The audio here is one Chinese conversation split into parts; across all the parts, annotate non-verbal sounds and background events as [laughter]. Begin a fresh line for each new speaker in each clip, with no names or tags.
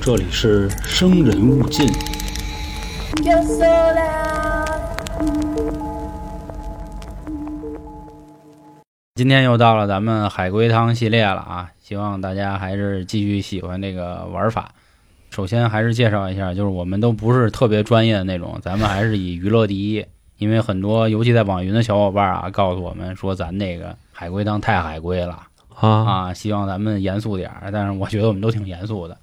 这里是《生人勿进》。
Yo sola,
今天又到了咱们海龟汤系列了啊，希望大家还是继续喜欢这个玩法。首先还是介绍一下，就是我们都不是特别专业的那种，咱们还是以娱乐第一。因为很多，尤其在网云的小伙伴啊，告诉我们说咱这个海龟汤太海龟了
啊，
啊，希望咱们严肃点儿。但是我觉得我们都挺严肃的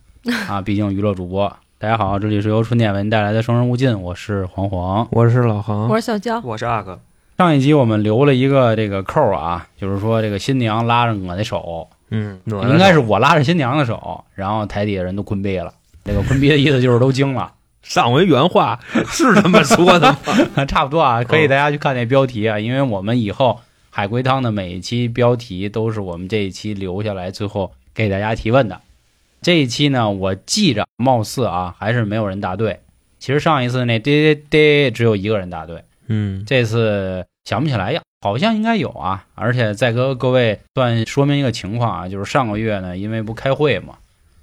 啊，毕竟娱乐主播。大家好，这里是由春点为您带来的《生人勿近》，我是黄黄。
我是老航，
我是小娇，
我是阿哥，
上一集我们留了一个这个扣儿啊，就是说这个新娘拉着我的手，
嗯，暖
应该是我拉着新娘的手，然后台底下人都困毙了。这个困毙的意思就是都惊了， [laughs]
上回原话 [laughs] 是这么说的吗，
差不多啊，可以大家去看那标题啊，因为我们以后海龟汤的每一期标题都是我们这一期留下来最后给大家提问的。这一期呢，我记着，貌似啊还是没有人答对。其实上一次那滴滴滴只有一个人答对，
[laughs] 嗯，
这次想不起来呀，好像应该有啊。而且再跟各位算说明一个情况啊，就是上个月呢，因为不开会嘛，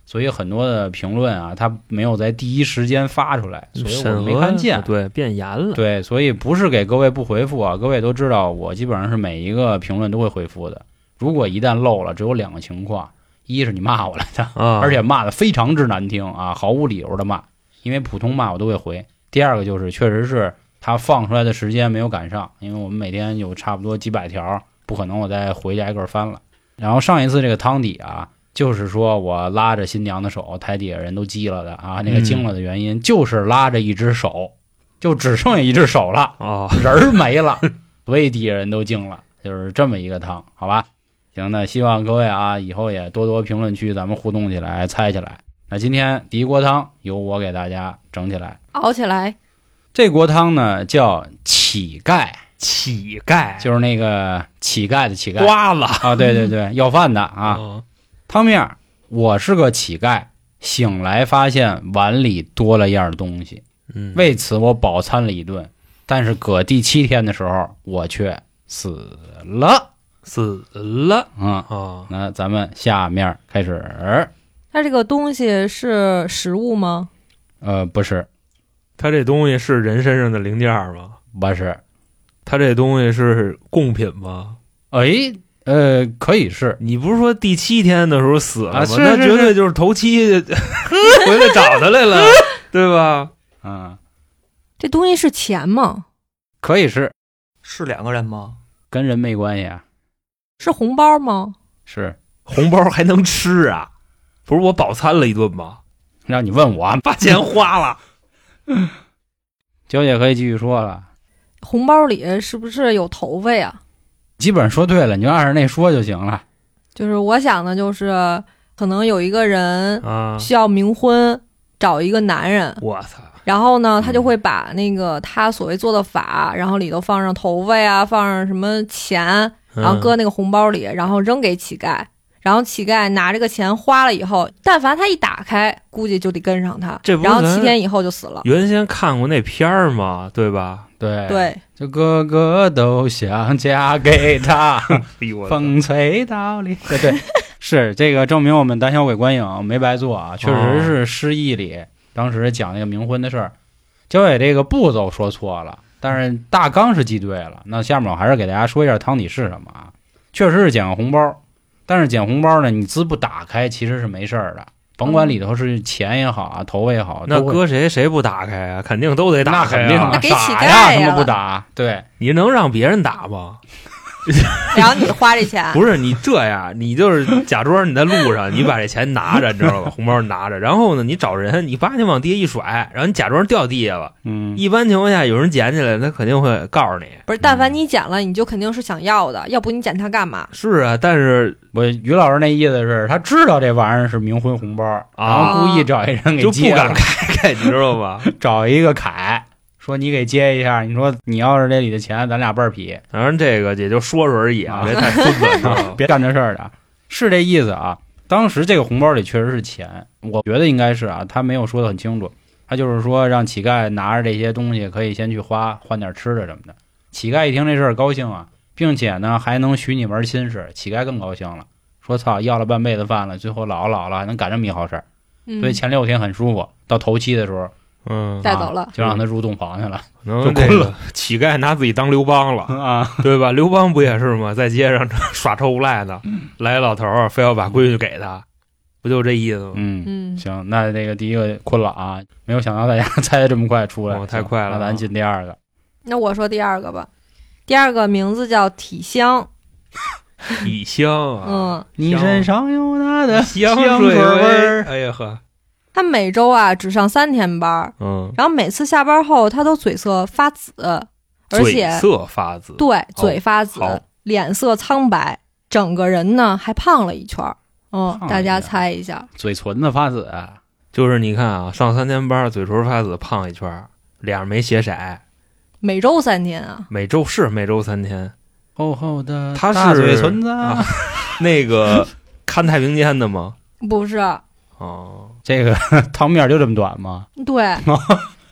所以很多的评论啊，它没有在第一时间发出来，所以
嗯审
我没
核
看见。
对，变严了，
对，所以不是给各位不回复啊，各位都知道，我基本上是每一个评论都会回复的。如果一旦漏了，只有两个情况：一是你骂我来的，
啊，
而且骂的非常之难听啊，毫无理由的骂，因为普通骂我都会回。第二个就是，确实是他放出来的时间没有赶上，因为我们每天有差不多几百条，不可能我再回去挨个儿翻了。然后上一次这个汤底啊，就是说我拉着新娘的手，台底下人都激了的啊，那个
嗯
惊了的原因就是拉着一只手，就只剩下一只手了。
哦，
人儿没了，所以底下人都惊了，就是这么一个汤，好吧？行，那希望各位啊，以后也多多评论区咱们互动起来，猜起来。那今天第一锅汤由我给大家整起来，
熬起来，
这锅汤呢叫乞丐，
乞丐
就是那个乞丐的乞丐
瓜子
啊，对对对，要饭的啊。
啊，
汤面儿，我是个乞丐，醒来发现碗里多了样东西，
嗯，
为此我饱餐了一顿，但是搁第七天的时候，我却死了。
死了
嗯，
啊，
那咱们下面开始。
它这个东西是食物吗？
呃，不是，
他这东西是人身上的零件吗？
不是，
他这东西是贡品吗？
哎，呃，可以是，
你不是说第七天的时候死了吗？
啊是是
那
是
绝对就是头七 [laughs] 回来找他来 [laughs] 了，对吧？
嗯，
这东西是钱吗？
可以是，
是两个人吗？
跟人没关系啊，
是红包吗？
是
红包还能吃啊？不是我饱餐了一顿吗？
让你问我，
把钱花
[laughs]
了。
娇姐可以继续说了。
红包里是不是有头发呀？
基本上说对了，你就按着那说就行了。
就是我想的，就是可能有一个人
啊！
需要冥婚，找一个男人，
我操！
然后呢，他就会把那个他所谓做的法，然后里头放上头发呀，放上什么钱，
嗯
然后搁那个红包里，然后扔给乞丐，然后乞丐拿这个钱花了以后，但凡他一打开，估计就得跟上他，
这不是
然后
咱
七天以后就死了。
原先看过那片儿嘛，对吧？
对，
对，
就个个都想嫁给他，
哎呦我操
风吹到里，对对，是这个证明我们胆小鬼观影没白做啊，确实是失忆里、当时讲那个冥婚的事儿，焦伟这个步骤说错了，但是大纲是记对了。那下面我还是给大家说一下汤底是什么啊，确实是捡个红包，但是捡红包呢，你滋不打开其实是没事儿的，甭管里头是钱也好啊，头发也好，
那
都会
搁谁谁不打开啊？肯定都得
那
打开、
肯
啊。
定啊
那给乞
傻
丐
呀，
呀
什么不打？对，
你能让别人打吗？
然后你花这钱，
[laughs] 不是你这样， [laughs] 你就是假装你在路上，你把这钱拿着，你知道 [laughs] 吧？红包拿着，然后呢，你找人，你把你往地下一甩，然后你假装掉地下了。
嗯，
一般情况下，有人捡起来，他肯定会告诉你。
不是，但凡你捡了，你就肯定是想要的，要不你捡它干嘛？
是啊，但是
我于老师那意思是，他知道这玩意儿是冥婚红包，然后故意找一人给
啊就不
接
敢
了，
开开，你知道吧？
[laughs] 找一个凯说你给接一下，你说你要是这里的钱，咱俩倍儿匹，
反正这个也就说说而已啊
啊，？
别太啊孙子，你知道吧
别干这事儿的，是这意思啊。当时这个红包里确实是钱，我觉得应该是啊，他没有说的很清楚，他就是说让乞丐拿着这些东西可以先去花，换点吃的什么的。乞丐一听这事儿高兴啊，并且呢还能许你门亲事，乞丐更高兴了，说操，要了半辈子饭了，最后老了老了还能赶这么一好事儿。
嗯啊
所以前六天很舒服，到头七的时候
[laughs] 嗯，
带走了
就让他入洞房去了
可能这
就困
个乞丐拿自己当刘
[laughs]
邦了，
啊。
对吧？刘邦不也是吗？在街上 [laughs] 耍臭无赖的，来一老头儿非要把闺女给他，不就这意思吗？
嗯，
嗯，
行，那这个第一个困了啊，没有想到大家猜的这么快出来，
哦太
行
快了
那
啊
咱进第二个，
那我说第二个吧，第二个名字叫体香，
体香啊，
嗯，
你身上有他的
香
水
味
儿
哎呀呵，
他每周啊只上三天班儿，
嗯，
然后每次下班后他都嘴色发紫，而且
嘴色发紫，
对
哦
嘴发紫
好，
脸色苍白，整个人呢还胖了一圈儿。嗯
胖，了
大
一
家
圈儿
猜一下，
嘴唇子发紫啊，
就是你看啊，上三天班，嘴唇发紫，胖一圈儿，脸上没血色，
每周三天啊，
每周是每周三天，
厚厚的
他
大
是
嘴唇子
啊， [laughs] 那个看太平间的吗？
不是，
哦，
这个 [laughs] 汤面就这么短吗？ [laughs]
对，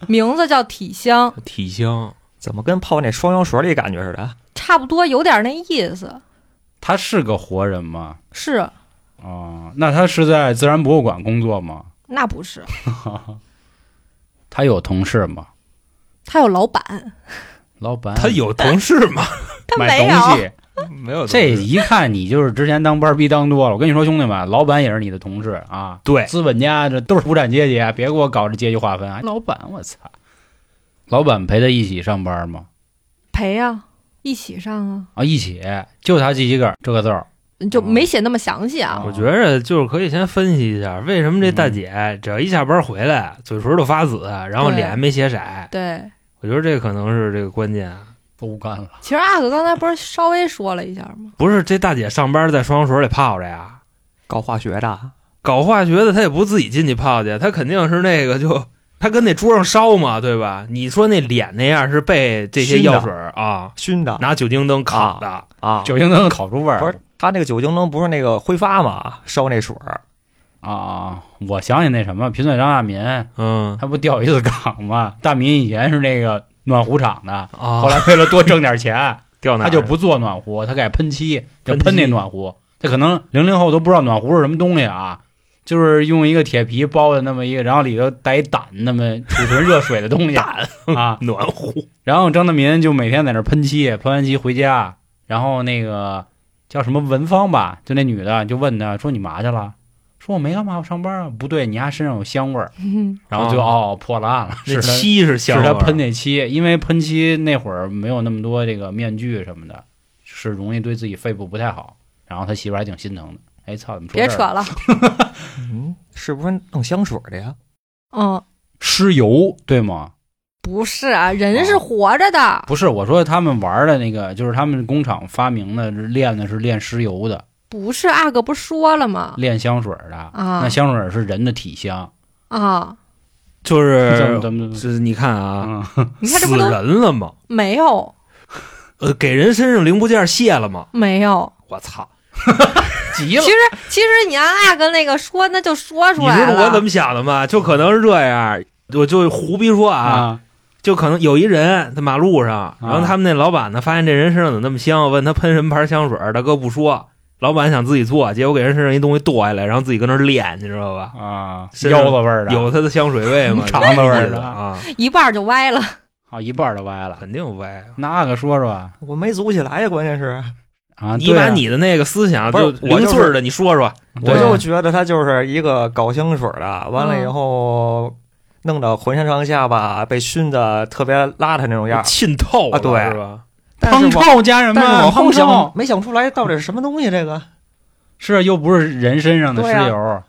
名字叫体香，
体香，
怎么跟泡那双氧水里感觉似的？
差不多有点那意思，
他是个活人吗？
是
哦，那他是在自然博物馆工作吗？
那不是？
他有同事吗？
他有老
[laughs]
板，
老板，
他有同事吗？
他
买
没
东
有，
西，
没有同事，
这一看你就是之前当班逼当多了。我跟你说，兄弟们，老板也是你的同事啊，
对
资本家这都是无产阶级，啊，别给我搞这阶级划分啊！老板，我操，老板陪他一起上班吗？
陪啊，一起上啊，
啊，一起，就他自己个儿这个字儿，
就没写那么详细
哦
啊。
我觉着就是可以先分析一下，为什么这大姐只要一下班回来，嘴唇都发紫，然后
对
脸还没血色。
对，
我觉得这可能是这个关键，
都干了。
其实阿哥刚才不是稍微说了一下吗？ [laughs]
不是这大姐上班在双氧水里泡着呀，
搞化学的，
搞化学的她也不自己进去泡去，她肯定是那个就她跟那桌上烧嘛，对吧？你说那脸那样是被这些
熏的
药水儿啊，
熏的
拿酒精灯烤的，
啊！
酒精灯烤出味
不
儿
是他那个酒精灯不是那个挥发嘛，烧那水儿
啊！我想起那什么，贫嘴张大民，
嗯
他不钓一次岗吗？大民以前是那个暖壶厂的，
啊，
后来为了多挣点钱，
掉哪儿
他就不做暖壶，他改喷漆，就
喷
喷那
漆
暖壶。他可能零零后都不知道暖壶是什么东西啊，就是用一个铁皮包的那么一个，然后里头带一胆，那么储存热水的东西
胆
啊。
暖壶，
然后张大民就每天在那儿喷漆，喷完漆回家，然后那个叫什么文芳吧，就那女的就问他说：“你嘛去了？”说：“我没干嘛，我上班啊。”不对，你丫身上有香味儿。然后就
哦
哦破了案了，
那
是他
漆是香
是
味
他
儿
喷那漆，因为喷漆那会儿没有那么多这个面具什么的，是容易对自己肺部不太好。然后他媳妇儿还挺心疼的。哎操，怎么说
别
这
扯
儿了？ [laughs]
了，
嗯，是不是弄香水的呀？
嗯，
尸油对吗？
不是啊，人是
哦
活着的，
不是，我说他们玩的那个，就是他们工厂发明的，是炼的是炼尸油的，
不是阿哥不说了吗？
炼香水的。
啊
那香水是人的体香，
啊，
就
怎
是
么怎么怎
是，你看啊，
么？
你看这
死
不都
人了吗？
没有
呃，给人身上零部件卸了吗？
没有？
我操！
急
其实其实你按阿哥那个说，那就说出
你
来
知道
了。
我怎么想的吗？就可能是这样，我就胡逼说啊，
啊！
就可能有一人在马路上，然后他们那老板呢，发现这人身上怎么那么香，问他喷什么牌香水，大哥不说，老板想自己做，结果给人身上一东西剁下来，然后自己搁那儿练，你知道吧？
啊，
身上
腰子味儿的
有他的香水味嘛，
肠子味儿的
啊，
一半就歪了？
啊，一半儿都歪了。
肯定歪啊。
那个说说啊，
我没组起来呀，关键是，
啊
你
对啊
把你的那个思想
不
就是零
我就是
碎儿的，你说说，
我
对啊
就觉得他就是一个搞香水的，完了以后弄得浑身上下吧被熏的特别邋遢那种样儿。
浸透了
哎啊对
是吧？
但是
胖
我
臭家人们，啊
但是我
胖
后
臭
想。没想出来到底是什么东西，这个
是啊又不是人身上的尸
对啊
油，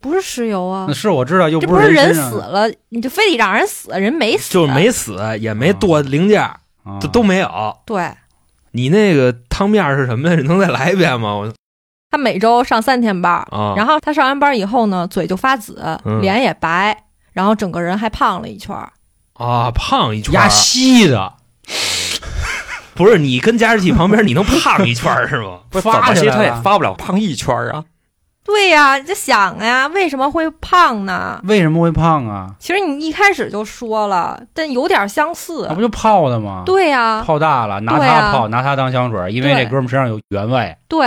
不是石油啊
那，是我知道，又
这
不
不是人
身上
死
的，
了，你就非得让人死，人没死，
就是没死，也没剁零件儿，
啊
这都没有。
对。
你那个汤面儿是什么呀？你能再来一遍吗？我
他每周上三天班儿，
啊，
然后他上完班以后呢，嘴就发紫，
嗯
脸也白，然后整个人还胖了一圈儿。
啊，胖一圈儿
压，稀的，
不是你跟加湿器旁边，你能胖一圈儿是吗？ [laughs]
不是
发
怎么
起
吸
来
他也
了
发不了胖一圈儿啊。
对呀、你就想呀，为什么会胖呢？
为什么会胖啊？
其实你一开始就说了，但有点相似
那。不就泡的吗？，
对呀、
泡大了，拿
对
它
啊
泡，拿它当香水，因为
对
这哥们身上有原味，
哎
对，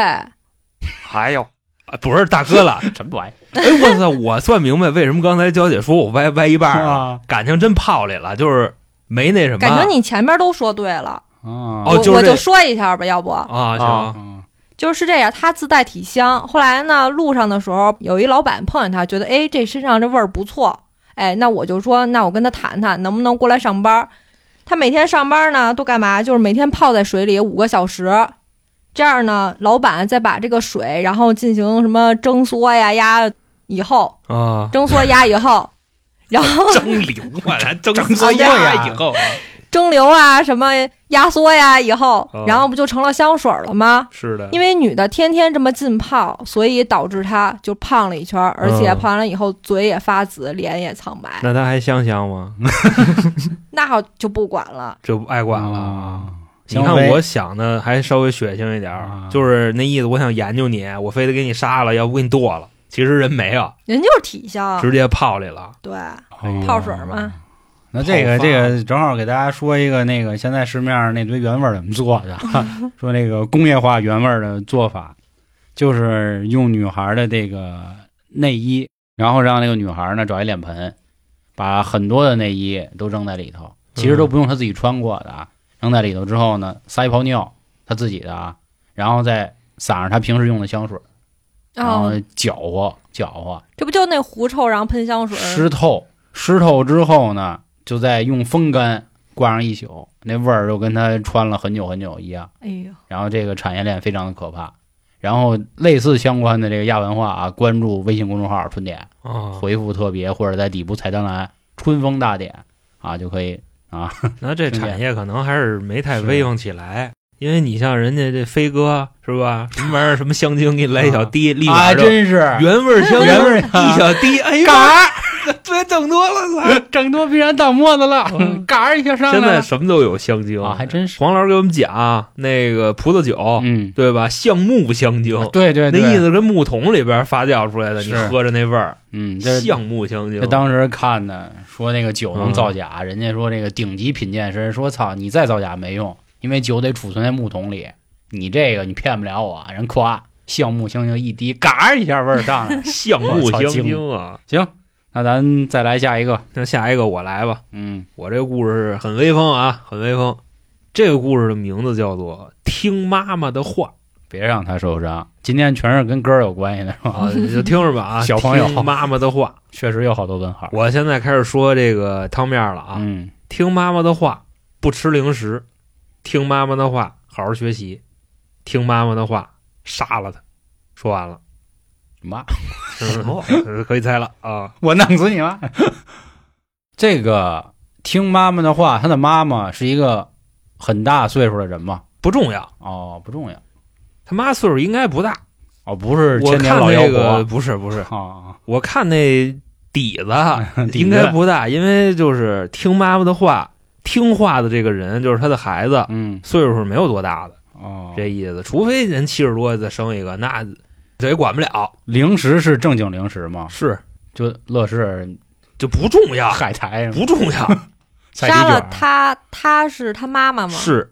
还有
啊不是大
[laughs]
哥了，
什么玩意
哎我操，我算明白为什么刚才娇姐说我歪歪一半儿了，
啊
感情真泡里了，就是没那什么，
感觉你前面都说对了，
啊
哦
我
就是
我
这
就说一下吧，要不
啊
哦
行，
嗯
就是这样，他自带体香。后来呢，路上的时候有一老板碰见他，觉得哎这身上这味儿不错，哎，那我就说那我跟他谈谈，能不能过来上班？他每天上班呢都干嘛？就是每天泡在水里五个小时，这样呢，老板再把这个水然后进行什么蒸缩呀压以后，
啊，
蒸缩压以后，然后
[laughs] 蒸馏啊，咱蒸
缩呀
以后
[laughs]
啊
蒸馏啊什么压缩呀以后
哦，
然后不就成了香水了吗？
是的，
因为女的天天这么浸泡，所以导致她就胖了一圈儿，而且
嗯
胖完了以后嘴也发紫，脸也苍白。
那他还香香吗？
嗯那好就不管了，
这不爱管了
嗯
啊。
啊，
你看我想的还稍微血腥一点儿
啊，
就是那意思，我想研究你，我非得给你杀了，要不给你剁了。其实人没有，
人就是体
啊
香，
直接泡里了。
对，
我
泡水儿嘛。
那这个
泡饭
这个正好给大家说一个那个现在市面上那堆原味儿怎么做的，说那个工业化原味儿的做法，就是用女孩的这个内衣，然后让那个女孩呢找一脸盆，把很多的内衣都扔在里头，其实都不用她自己穿过的啊，扔在里头之后呢，撒一泡尿，她自己的啊，然后再撒上她平时用的香水，然后
哦，
搅和搅和，
这不就那狐臭，然后喷香水儿，
湿透，湿透之后呢，就再用风干挂上一宿，那味儿就跟它穿了很久很久一样。
哎呦，
然后这个产业链非常的可怕。然后类似相关的这个亚文化啊，关注微信公众号“春点”，
啊，
回复特别或者在底部菜单栏“春风大典”啊，就可以啊。
那这
听见
产业可能还是没太
是
威风起来，因为你像人家这飞哥是吧？什么玩意儿，什么香精给你来一小滴，立马
啊，
就
真是
原味儿香
原味儿啊
精一小滴，哎呦，
嘎
别整多了，操！
儿，整多必然倒沫子了，嘎儿一下上
现
来
在
了
什么都有香精
啊，还真是，
黄老师给我们讲啊那个葡萄酒，
嗯，哦
对吧？橡木香精，
对对
那
哎对，
意，思跟木桶里边发酵出来的，你
是
喝着那味儿，
嗯，这
橡木香精。
这。当时看的说那个酒能造假，人家说这个顶级品鉴师说操你再造假没用，因为酒得储存在木桶里，你这个你骗不了我。人夸橡木香精一滴，嘎一下味儿上来
橡木香精啊！
行， [laughs] 那咱再来下一个，
那下一个我来吧，
嗯，
我这故事很威风啊，很威风。这个故事的名字叫做《听妈妈的话
别让他受伤。今天全是跟歌儿有关系的是》吧？ [laughs]
啊，你就听着吧啊，
小朋友
听妈妈的话。
确实有好多问号。
我现在开始说这个汤面了啊，
嗯，
听妈妈的话，不吃零食；听妈妈的话，好好学习；听妈妈的话，杀了他。说完了，
妈，
什么玩意儿？
嗯 [laughs] 可以猜了啊。
我弄死你妈！ [laughs] 这个听妈妈的话，他的妈妈是一个很大岁数的人嘛？
不重要，
哦，不重要。
他妈岁数应该不大。
哦，不是
我
千年
看
老妖
那
婆
个不是不是，
[laughs] 啊，
我看那底子啊
哎 [laughs] 底
应
子
该不大，因为就是听妈妈的话，听话的这个人就是他的孩子，
嗯，
岁数没有多大的
哦，
这意思。除非人七十多再生一个，那这也管不了，
零食是正经零食吗？
是
就乐事、
就不重要，
海苔、
不重要，
菜
杀
鸡
了
卷，
她，她是她妈妈吗？
是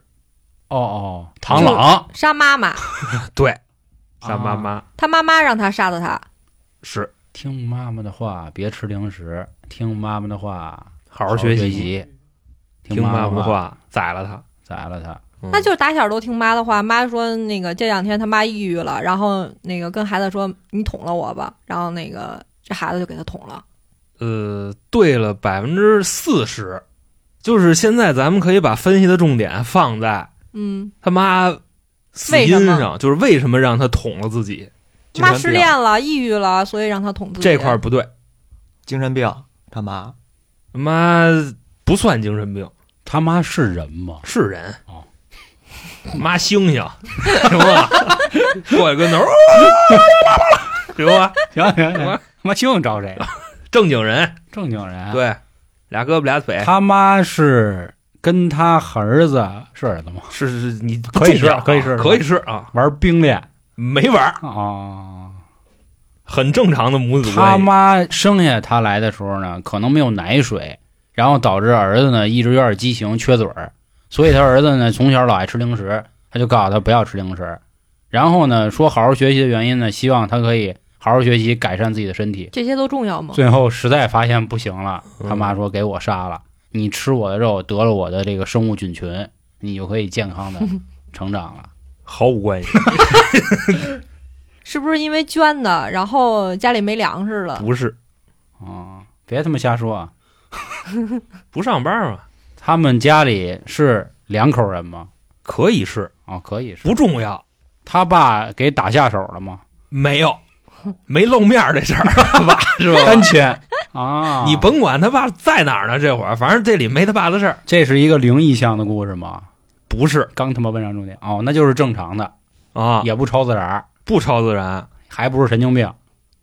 哦哦，螳螂，
杀妈妈，
对，杀妈妈、
啊
她妈妈让她杀的她。
是
听妈妈的话，别吃零食；听妈妈的话，
好
好
好
学
学，
听
听妈
妈话，
的话，宰了他。
宰了他。
嗯
那就是打小都听妈的话。妈说那个这两天他妈抑郁了，然后那个跟孩子说你捅了我吧，然后那个这孩子就给他捅了。
呃，对了百分之四十，就是现在咱们可以把分析的重点放在
嗯，
他妈死
为什
因
么
上，就是为什么让他捅了自己
精
妈
神
失
病，
恋了，抑郁了，所以让他捅自己。
这块儿不对，
精神病，他妈
他妈不算精神病，
他妈是人吗？
是人。
哦
[laughs] 妈猩猩，行吧？ [laughs] 过来个 [laughs] 头，行吧？
[laughs] 行行行，妈净找谁？
正经人，
正经人。，
对，俩胳膊俩腿，
哎他妈是跟他儿子是儿子吗？
是是，是你
可以
重要
是可以
啊
是
可以是啊，
玩冰恋
没玩儿，
啊。哦
很正常的母子
他
关系。
妈生下他来的时候呢，可能没有奶水，然后导致儿子呢一直有点畸形，缺嘴儿，所以他儿子呢从小老爱吃零食，他就告诉他不要吃零食，然后呢，说好好学习的原因呢，希望他可以好好学习，改善自己的身体。
这些都重要吗？
最后实在发现不行了，他妈说给我杀了，你吃我的肉，得了我的这个生物菌群，你就可以健康的成长了。
毫无关系，
是不是因为捐的，然后家里没粮食了？
不是
啊，别他妈瞎说啊！
不上班嘛，
他们家里是两口人吗？
可以是
啊，可以是。
不重要，
他爸给打下手了吗？
没 [laughs] 有，没露面儿这 [laughs] 事儿，爸是吧？
单亲啊！
[laughs] 你甭管他爸在哪儿呢，这会儿反正这里没他爸的事儿，
这是一个灵异向的故事吗？
不是
刚他妈问上重点哦，那就是正常的，
啊，
也不超自然儿，
不超自然，
还不是神经病。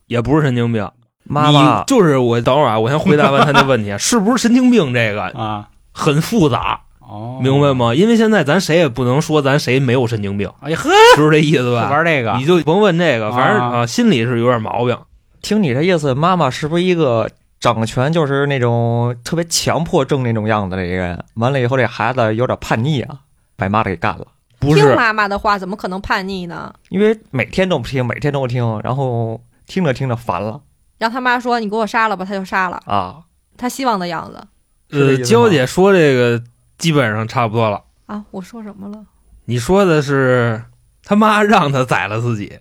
也不是神经病。
妈妈
你就是我，等会儿啊，我先回答完他的问 [laughs] 题，是不是神经病？这个
啊，
很复杂，
哦，
明白？吗？因为现在咱谁也不能说咱谁没有神经 [laughs] 病，
哎呵，
是不是这意思吧？
玩这个
你就甭问这个，反正
啊
啊，心里是有点毛病。
听你这意思，妈妈是不是一个掌权就是那种特别强迫症那种样子的一个人？完了以后，这孩子有点叛逆啊，把妈给干了。
不
听
是，呃
妈妈的话，怎么可能叛逆呢？
因为每天都不听，每天都听，然后听着听着烦了
让他妈说你给我杀了吧，他就杀了，
啊。
他希望的样子
是这
呃
意思，吗
娇姐说这个基本上差不多了。
啊！我说什么了？
你说的是他妈让他宰了自己，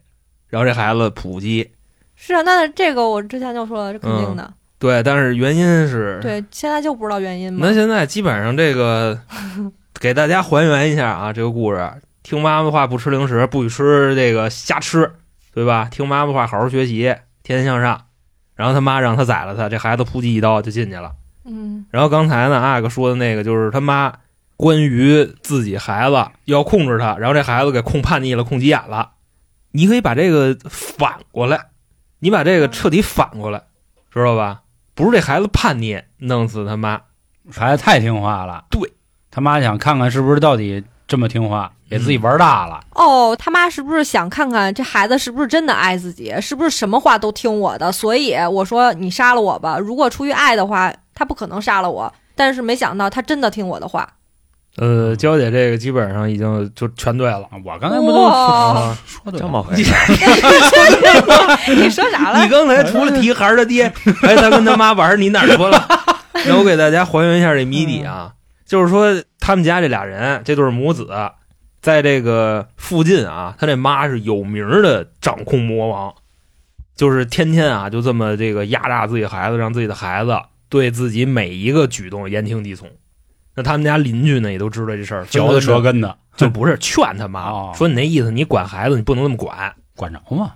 然后这孩子普及
是啊，那这个我之前就说了，这肯定的。
对，但是原因是
对，现在就不知道原因嘛
嗯那。现在基本上这个给大家还原一下啊，这个故事，听妈妈话不吃零食，不许吃这个瞎吃，对吧？听妈妈话，好好学习，天天向上。然后他妈让他宰了他，这孩子扑叽一刀就进去了。
嗯，
然后刚才呢，阿哥说的那个就是他妈关于自己孩子要控制他，然后这孩子给控叛逆了，控急眼了。你可以把这个反过来，你把这个彻底反过来，知道吧？不是这孩子叛逆弄死他妈，
孩子太听话了，
对
他妈想看看是不是到底这么听话，给自己玩大了。
哦，他妈是不是想看看这孩子是不是真的爱自己，是不是什么话都听我的？所以我说你杀了我吧。如果出于爱的话，他不可能杀了我。但是没想到他真的听我的话。
呃，娇姐这个基本上已经就全对了。
啊我刚才不都
哇
说说对
这
了
么
吗？
回事，
[laughs] 你说啥了
你？刚才除了提孩儿他爹，还他跟他妈玩儿，你哪儿说了？那我给大家还原一下这谜底啊，就是说他们家这俩人，这对母子，在这个附近啊，他这妈是有名儿的掌控魔王，就是天天啊就这么这个压榨自己孩子，让自己的孩子对自己每一个举动言听计从。那他们家邻居呢也都知道这事儿，
嚼的舌根子，
就不是劝他妈
哦
说你那意思，你管孩子你不能那么管，
管着吗？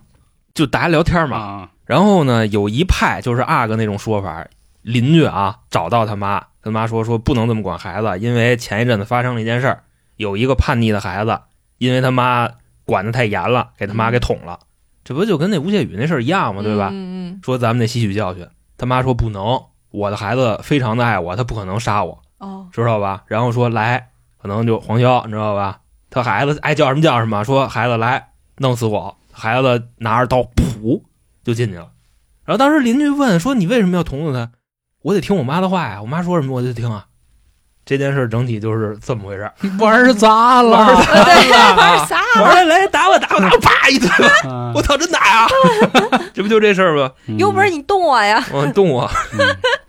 就大家聊天嘛，
啊，
然后呢，有一派就是阿哥那种说法，邻居啊找到他妈，他妈说说不能这么管孩子，因为前一阵子发生了一件事儿，有一个叛逆的孩子，因为他妈管得太严了，给他妈给捅了，这不就跟那吴谢宇那事儿一样吗？对吧？
嗯嗯
说咱们得吸取教训。他妈说不能，我的孩子非常的爱我，他不可能杀我，
嗯哦，
知道吧？然后说来，可能就黄潇，你知道吧？他孩子爱叫什么叫什么，说孩子来弄死我，孩子拿着刀噗就进去了。然后当时邻居问说：“你为什么要捅死他？”我得听我妈的话呀，我妈说什么我就听啊。这件事整体就是这么回事儿。
玩砸了，
哦对，玩啥？
我说来打我打我打我，
[laughs]
啪一顿，
嗯
我操，真打呀！这不就这事儿吗？
有本事你动我呀！
我动我，
嗯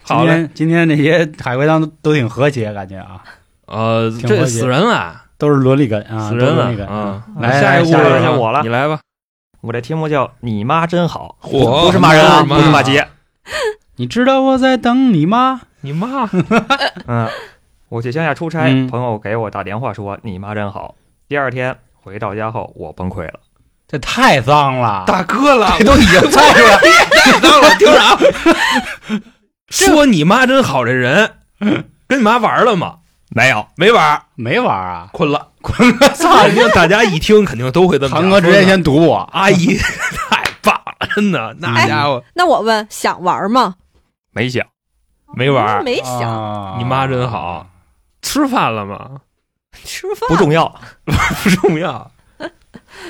好嘞，
今天今天这些海龟汤都都挺和谐，感觉啊，
呃，
挺
这
和谐
死人了，
都是伦理梗啊，
死人
都是伦理
了
梗
啊！
来来
下一个故
下一
事
个
就我了
你来吧。
我这题目叫“你妈真好”，
嚯
不是骂人啊，
不是骂
不是骂街。
你知道我在等你吗？
你妈，
嗯，我去乡下出差，
嗯
朋友给我打电话说“你妈真好”。第二天回到家后，我崩溃了。
这太脏了，
[laughs] 大哥了，
都已经
[laughs]
在了，
等会儿听着啊，
[laughs]
说你妈真好，这人跟你妈玩了吗？
嗯没有，
没玩，
没玩啊？
困
[laughs]
了，困了。 [laughs] 操！大家一听肯定都会这么讲。
韩哥直接
说呢
先堵我，
阿姨 [laughs] 太棒了，真的，那
哎
家伙
那我问，想玩吗？
嗯
嗯
没想。
没玩。
没想
啊
你妈真好，吃饭了
[laughs]
吗？
吃饭
不重要，
不重要。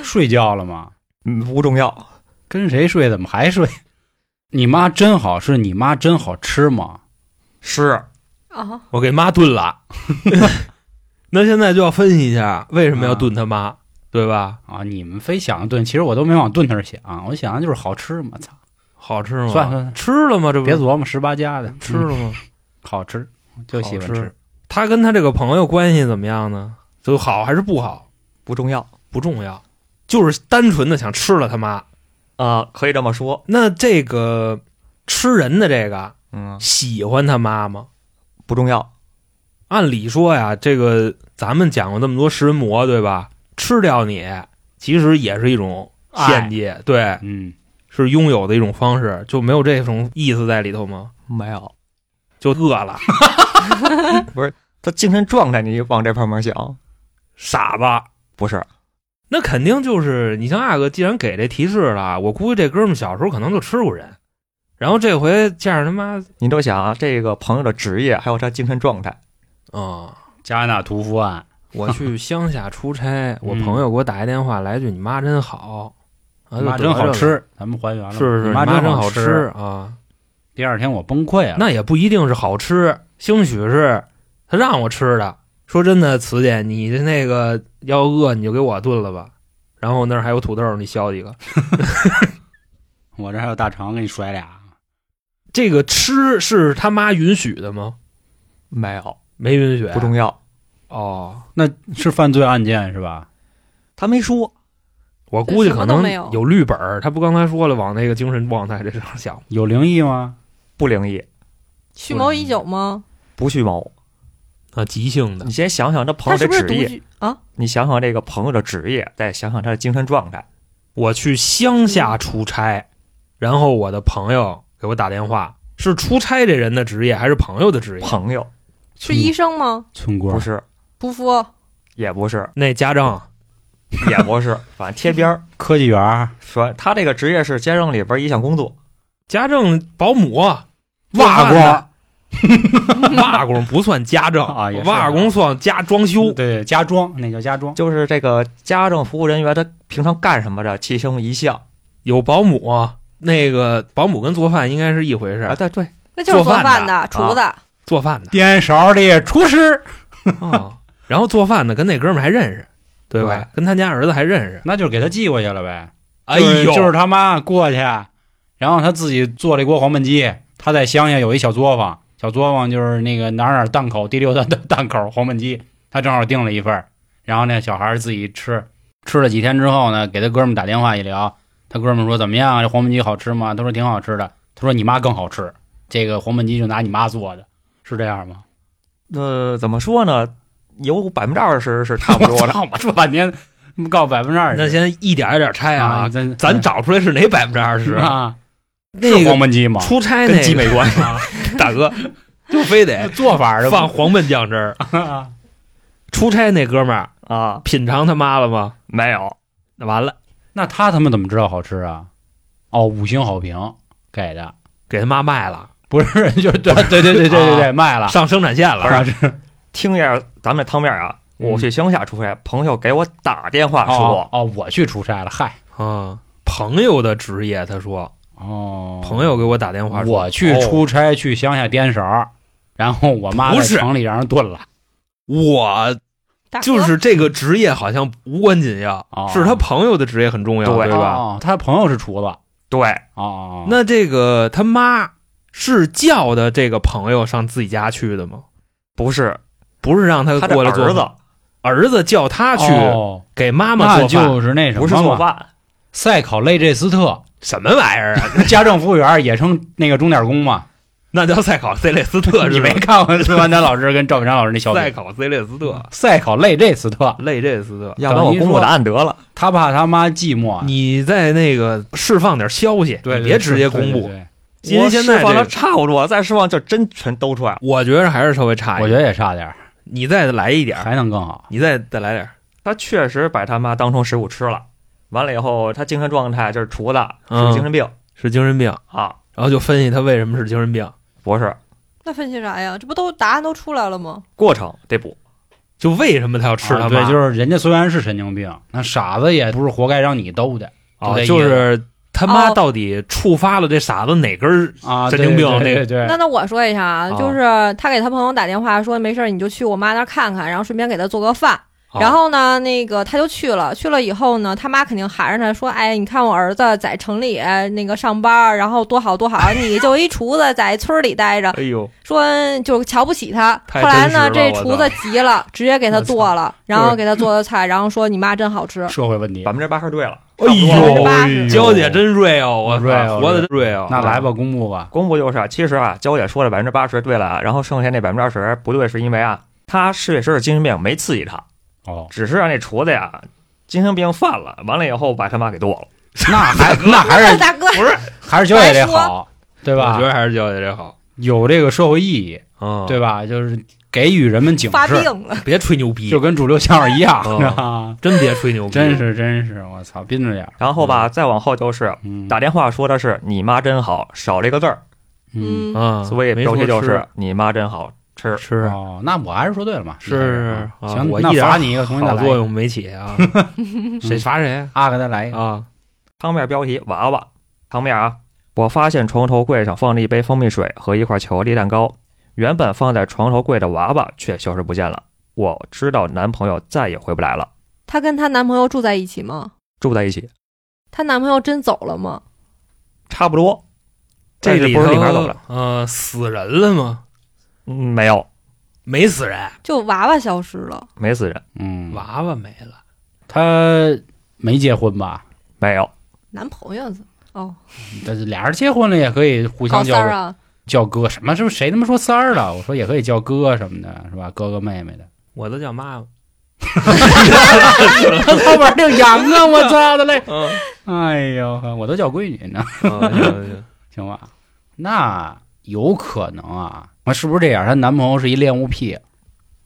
睡觉了吗？
嗯，不重要。
跟谁睡？怎么还睡？ [laughs] 你妈真好，是你妈真好吃吗？
是
啊！
我 [laughs]
[laughs]
给妈炖了。那现在就要分析一下，为什么要炖他妈？对吧？
啊！你们非想炖，其实我都没往炖那儿想，我想的就是好吃嘛，操！
好吃吗？
算了算了
吃了吗？这不
别琢磨十八家的，嗯
吃了吗？
好吃，就嗯喜欢
嗯好吃。他跟他这个朋友关系怎么样呢？就好还是不好
不重要
不重要，就是单纯的想吃了他妈。
啊，可以这么说，
那这个吃人的这个
嗯，
喜欢他妈吗？
不重要，
按理说呀，这个咱们讲过这么多食人魔，对吧？吃掉你其实也是一种献祭，对，
嗯，
是拥有的一种方式，就没有这种意思在里头吗？
没有。
就饿了， [laughs]
他精神状态，你往这方面想，
傻子。
不是
那肯定就是你像阿哥，既然给这提示了，我估计这哥们小时候可能就吃过人，然后这回见着他妈
你都想啊，这个朋友的职业，还有他精神状态，
啊、
加纳屠夫案，
我去乡下出
[laughs]
差，我
嗯
朋友给我打一电话，来句“你妈真好”，啊，
妈
就
真
得这
好
个，
吃，咱们还原了，
是是是，
你
你
妈
真
好
吃。啊，
第二天我崩溃了，
那也不一定是好吃，兴许是他让我吃的。说真的，慈姐，你的那个要饿你就给我炖了吧，然后那儿还有土豆，你削几个。
我这还有大肠给你甩俩，
这个吃是他妈允许的吗？
没有
没允许，啊
不重要。
哦。
那是犯罪案件是吧？
他没说，
我估计
什么
可
都
能
没有
有绿本儿，他不刚才说了往那个精神状态这上
[laughs]
想吗，
有灵异吗？
不灵异，
蓄谋已久吗？
不蓄谋。
啊，即兴的
你先想想他
他
朋友
是
的
不是
职
独
业，
居
嗯
啊？
你想想这个朋友的职业，再想想他的精神状态，
我去乡下出差，然后我的朋友给我打电话，是出差这人的职业还是朋友的职业？
朋友
是医生吗？
村官
不是，
屠夫？
也不是，
那家
哦
政
也不是，反正贴边儿
科技园，
说他这个职业是家政里边一项工作，
家政保姆、
瓦工 [laughs]
工、瓦工不算家政
啊也是嗯
瓦工算家装修。
对家装那叫家装，
就是这个家政服务人员他平常干什么的，其中一项
有保姆，那个保姆跟做饭应该是一回事
啊，
儿，
对对，
那就是
做
做
饭
饭
的啊
的、厨子。
做饭的
颠勺的厨师，
啊。然后做饭的跟那哥们儿还认识，对吧？
对
跟他家儿子还认识。
那就给他寄过去了呗。
哎
就是
呦，
就是他妈过去，然后他自己做了一锅黄焖鸡。他在乡下有一小作坊，小作坊就是那个哪儿哪儿档口第六档 [laughs] 档口黄焖鸡，他正好订了一份儿，然后那小孩儿自己吃，吃了几天之后呢，给他哥们儿打电话一聊，他哥们儿说怎么样啊，这黄焖鸡好吃吗？他说挺好吃的，他说你妈更好吃，这个黄焖鸡就拿你妈做的，是这样吗？
呃，怎么说呢？有百分之二十是差不多的，
操我说半天告百分之二
那
十
先一点一点拆啊，
咱
咱找出来是哪百分之二十？
啊，
那
是
个
黄焖鸡吗？
出差
跟
那
鸡
个
没关系。
大哥，就非得
做法儿的
放黄焖酱汁儿。出差那哥们儿
啊，
品尝他妈了吗？
没有，
那完了，
那他他妈怎么知道好吃啊？哦，五星好评给的，
给他妈卖了，
不是就是啊对对对对对对对，卖了。
上生产线了。
是
听一下咱们这汤面啊，
嗯
我去乡下出差，朋友给我打电话
哦
说，
哦，我去出差了，嗨，
啊，朋友的职业，他说
哦，
朋友给我打电话说，
我去
哦
出差去乡下颠勺，然后我妈
不
在
是
城里让人炖了，
我
大哥
就是这个职业好像无关紧要
哦，
是他朋友的职业很重要，
对
对吧？
哦，他朋友是厨子，哦
对，
哦，
那这个他妈是叫的这个朋友上自己家去的吗？
不是
不是让他
他
呃
的
过来做
儿子
饭，儿子叫他去
哦
给妈妈
那
做饭，
就是那什
不是
么
做
嘛，
饭，
塞考类这斯特
什么玩意儿啊？
家政服务员也称那个钟点工嘛，
那叫赛考塞列斯特，
你
是吧
没看过斯万丹老师跟赵本山老师那小
赛
品？
考塞列斯特，
塞考类这斯特，
累这斯特。
要不然我公布答案得了。
他怕他妈寂寞啊，
你在那个释放点消息，
对，对
你别直接公。
对对
布，哎
对
因为现
释
在
放
这
的
个
差不多，再释放就真全都出来了。
我觉着还是稍微差一
我
点。
觉得也差点儿，
你再来一点儿，
还能更好。
你再再来点儿，
他确实把他妈当成食物吃了，完了以后他精神状态就是厨子
嗯
是精神病、
是精神病，
啊，
然后就分析他为什么是精神病，
不是
那分析啥呀？这不都答案都出来了吗？
过程得补。
就为什么他要吃他
啊
妈，
对，就是人家虽然是神经病，那傻子也不是活该让你逗的
啊，
对
就是他妈
哦
到底触发了这傻子哪根儿
啊，
神经病
对
那
对对
[laughs] 那
对，
那我说一下啊，
啊
就是他给他朋友打电话说没事儿你就去我妈那儿看看，然后顺便给他做个饭。
哦
然后呢，那个他就去了，去了以后呢，他妈肯定喊着他说：“哎，你看我儿子在城里哎那个上班，然后多好多好，你就一厨子在村里待
[laughs]
着，
哎呦，
说就瞧不起他。”
太
后
真
来
实
呢，
了
这
我
厨
操
子急了，直接给他
我操
做了，然
就是
后给他做的菜，然后说：“你妈真好吃。”
社会问题
百。分之八十对了。
哎
呦
呦，娇姐真 real，我操
real，
活的 real。
那来吧，公布吧。
公布就是啊，其实啊，娇姐说了百分之八十对了，然后剩下那百分之二十不对，是因为啊，他确实是精神病，没刺激他，
哦，
只是让那厨子呀精神病犯了，完了以后把他妈给剁了。
那还 [laughs] 那还是
哎大哥，
还是九姐这好，对
我
吧
觉？得还是娇姐这好。
有这个社会意义，
嗯，
对吧？就是给予人们警
发
示，
病了，
别吹牛逼
就，跟主流相声一样
哦
啊！
真别吹牛逼，
真是真是，我操，斌着点儿。
然后吧，再往后就是
嗯，
打电话说的是你妈真好，少了一个字儿，
嗯
嗯，
啊！
所以
没
标
说
题就
吃
是你妈真好吃。
吃
哦，那我还是说对了嘛？
是是
你还
啊
行，
我
那
一点
罚你一个，重新再
好
来
作
一个。
用没起啊，谁罚谁
啊，给他来一个。
啊？
汤面标题娃娃，汤面啊，我发现床头柜上放了一杯蜂蜜水和一块巧克力蛋糕，原本放在床头柜的娃娃却消失不见了。我知道男朋友再也回不来了，
她跟她男朋友住在一起吗？
住在一起，
她男朋友真走了吗？
差不多。
这
但是
里
不
头
是里面走的，
呃，死人了吗？
嗯，没有，
没死人，
就娃娃消失了，
没死人，
嗯，
娃娃没了，
他没结婚吧？
没有，
男朋友怎么？哦，
但是俩人结婚了也可以互
高
相
三儿
叫
啊，
叫哥，什么是不是谁他妈说三儿了？我说也可以叫哥什么的，是吧？哥哥妹
[laughs]
妹的。
我都叫妈妈。
他玩的羊啊！我操的嘞！
[laughs] 嗯，
哎呦，我都叫闺女呢，
啊行行
行吧？那有可能啊，是不是这样？她男朋友是一恋物癖，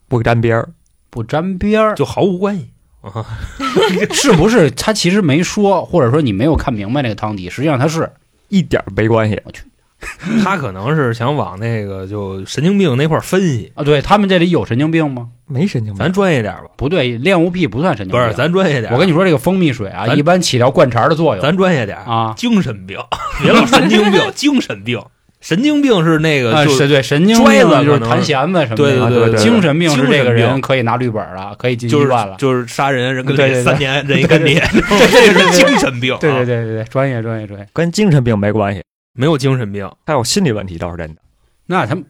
不沾边儿，
不沾边儿，
就毫无关系。
[laughs] 是不是？他其实没说，或者说你没有看明白那个汤底，实际上他是
一点儿没关系。
他可能是想往那个就神经病那块儿分析，
啊。对他们这里有神经病吗？
没神经病
咱，专业点吧。
不对，恋物癖不算神经
不
病。
是，咱专业点。
嗯我跟你说，这个蜂蜜水啊，
咱
一般起到灌肠的作用。
咱专业点
啊
精神病，别老神
[laughs]
经病，精神病，神经病是那个
啊，
就是
对神经
拽
病
子
就是
可能
弹弦子什么的，
对
对对对对
精神病是这个
精神
人
病
可以拿绿本了，可以进医
就是
院了。
就是 [laughs] 杀人人跟
对对对
三年人一跟你，这是精神病啊，
对对 [laughs] 对对对，专业专业专业。
跟精神病没关系，
没有精神病
还有心理问题倒是真的。
那他们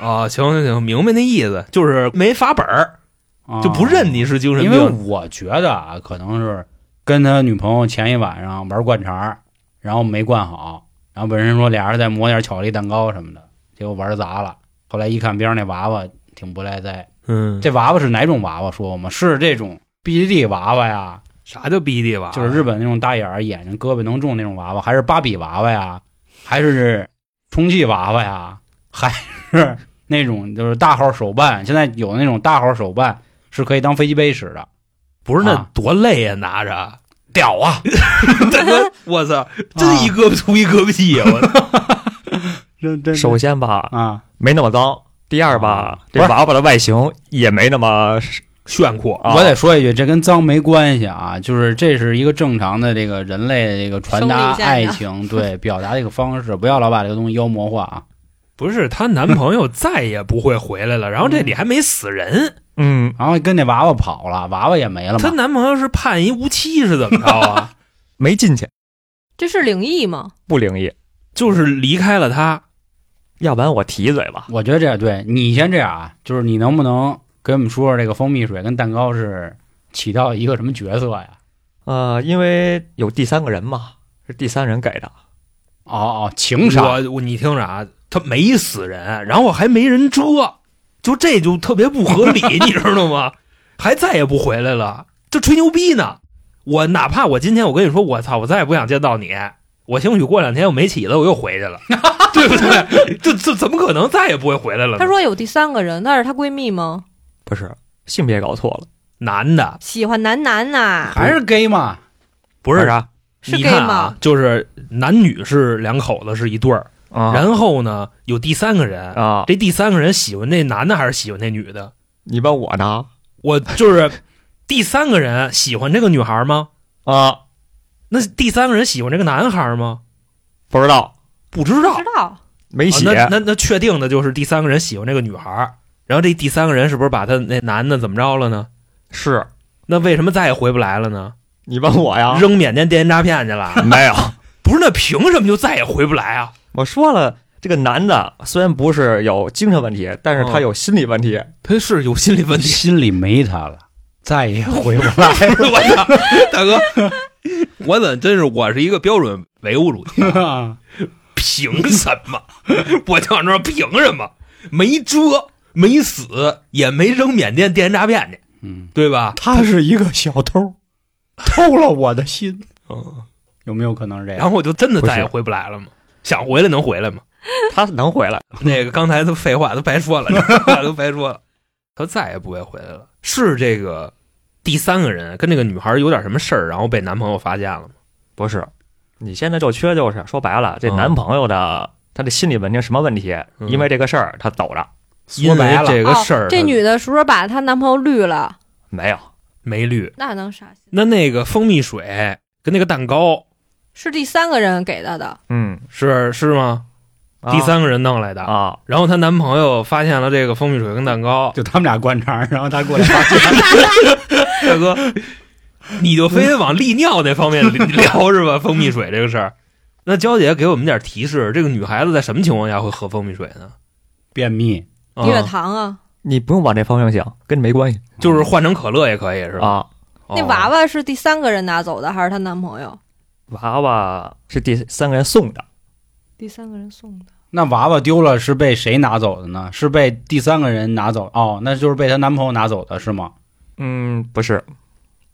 啊。行行行，明白那意思，就是没法本儿，
啊
就不认你是精神
因为
病。
我觉得啊，可能是跟他女朋友前一晚上玩灌肠儿，然后没灌好，然后本身说俩人再磨点巧克力蛋糕什么的，结果玩砸了。后来一看边上那娃娃挺不赖哉，
嗯，
这娃娃是哪种娃娃说过吗？是这种 BD 娃娃呀，
啥叫 BD 吧？
就是日本那种大眼儿、眼睛、胳膊能种那种娃娃，还是芭比娃娃呀，还是充气娃娃呀， [laughs] 还是那种就是大号手办？现在有那种大号手办是可以当飞机杯使的。
不是那
啊
多累呀，拿着。
屌啊！
大哥， [laughs] 我操，真一胳膊粗一胳膊细呀！
[laughs]
我
真真
首先吧，
啊，
没那么脏。第二吧，这
不是
娃娃的外形也没那么
炫酷啊！
我得说一句，这跟脏没关系啊，就是这是一个正常的这个人类的这个传达
生理现象
爱情对表达的一个方式，不要老把这个东西妖魔化啊。
不是她男朋友再也不会回来了，然后这里还没死人，
[laughs] 嗯，
然后跟那娃娃跑了，娃娃也没了
她
嘛。
男朋友是判一无期是怎么着
[laughs]
啊？
没进去，
这是灵异吗？
不灵异。
就是离开了她，
要不然我提一嘴吧，
我觉得这样对你先这样啊，就是你能不能给我们说说这个蜂蜜水跟蛋糕是起到一个什么角色呀？
呃，因为有第三个人嘛，是第三人给的，
哦哦， [laughs] 情商
我我你听着啊，她没死人，然后还没人遮，就这就特别不合理，你知道吗？还再也不回来了，就吹牛逼呢。我哪怕我今天我跟你说，我操，我再也不想见到你，我兴许过两天我没起子，我又回去了，对不对？这这怎么可能再也不会回来了呢？
她说有第三个人，那是她闺蜜吗？
不是性别搞错了，
男的
喜欢男男呐、
还是 gay 嘛？
不是
啥？
是
你看
gay
啊
吗，
就是男女是两口子是一对儿，
啊
然后呢有第三个人，
啊，
这第三个人喜欢那男的还是喜欢那女的？
你问我呢？
我就是第三个人喜欢这个女孩吗？
啊，
那第三个人喜欢这个男孩吗？
不知道，
不知道
知。道
没
啊
写。
那那那确定的就是第三个人喜欢这个女孩，然后这第三个人是不是把他那男的怎么着了呢？
是
那为什么再也回不来了呢？
你问我呀？
扔缅甸电信诈骗去了？
没有，
不是，那凭什么就再也回不来啊？
我说了，这个男的虽然不是有精神问题，但是他有心理问题。
他是有心理问题。
心里没他了，再也回不来
[laughs] 我操，大哥，我怎么真是我是一个标准唯物主义？ [laughs]
了。
凭什么？我就想知道凭什么？没遮，没死，也没扔缅甸电信诈骗去，
嗯，
对吧？
他是一个小
[laughs]
偷，偷了我的心。
嗯。
有没有可能是这
然
样？
后我就真的再也
不是
回不来了嘛。想回来能回来吗？
他能回来，
[laughs] 那个刚才都废话都白说了， [laughs] 这话都白说了，他再也不会回来了。是这个第三个人跟这个女孩有点什么事儿，然后被男朋友发现了吗？
不是？你现在就缺就是说白了，这
嗯
男朋友的、他的心理问题什么问题？
嗯
因为这个事儿他走了
说白
因为
了，
这个事儿、
哦，这女的是不是把她男朋友绿了？
没有？
没绿。
那能啥心？
那那个蜂蜜水跟那个蛋糕
是第三个人给她的，
嗯，
是是吗？
啊
第三个人弄来的。
啊，
然后她男朋友发现了这个蜂蜜水跟蛋
[laughs]
糕，
就他们俩灌肠，然后他过来发现
大哥，你就非得往利尿那方面聊 [laughs] 是吧？蜂蜜水这个事儿，那娇姐给我们点提示，这个女孩子在什么情况下会喝蜂蜜水呢？
便秘，
啊
月糖啊，
你不用往这方面想，跟你没关系
就是换成可乐也可以是吧？
啊。
哦
那娃娃是第三个人拿走的，还是她男朋友？
娃娃是第三个人送的，
第三个人送的。
那娃娃丢了是被谁拿走的呢？是被第三个人拿走哦，那就是被她男朋友拿走的是吗？
嗯，不是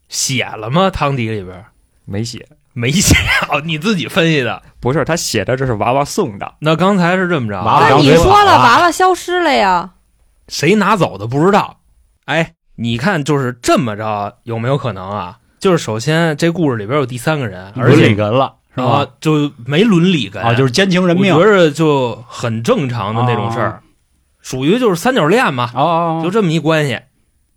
写了吗？汤底里边
没写，
没写， [laughs] 哦你自己分析的。
不是他写的，这是娃娃送的，
那刚才是这么着，
娃娃
那
张
你
嘴
说了，
了
娃娃消失了呀？
谁拿走的不知道。哎，你看，就是这么着，有没有可能啊？就是首先这故事里边有第三个人，
嗯
而
伦理
且
根了是
是
吧？
吧，就没伦理根
啊，就是奸情人命啊
我觉得就很正常的那种事儿，属于就是三角恋嘛，
哦哦，
就
哦
这么一关系，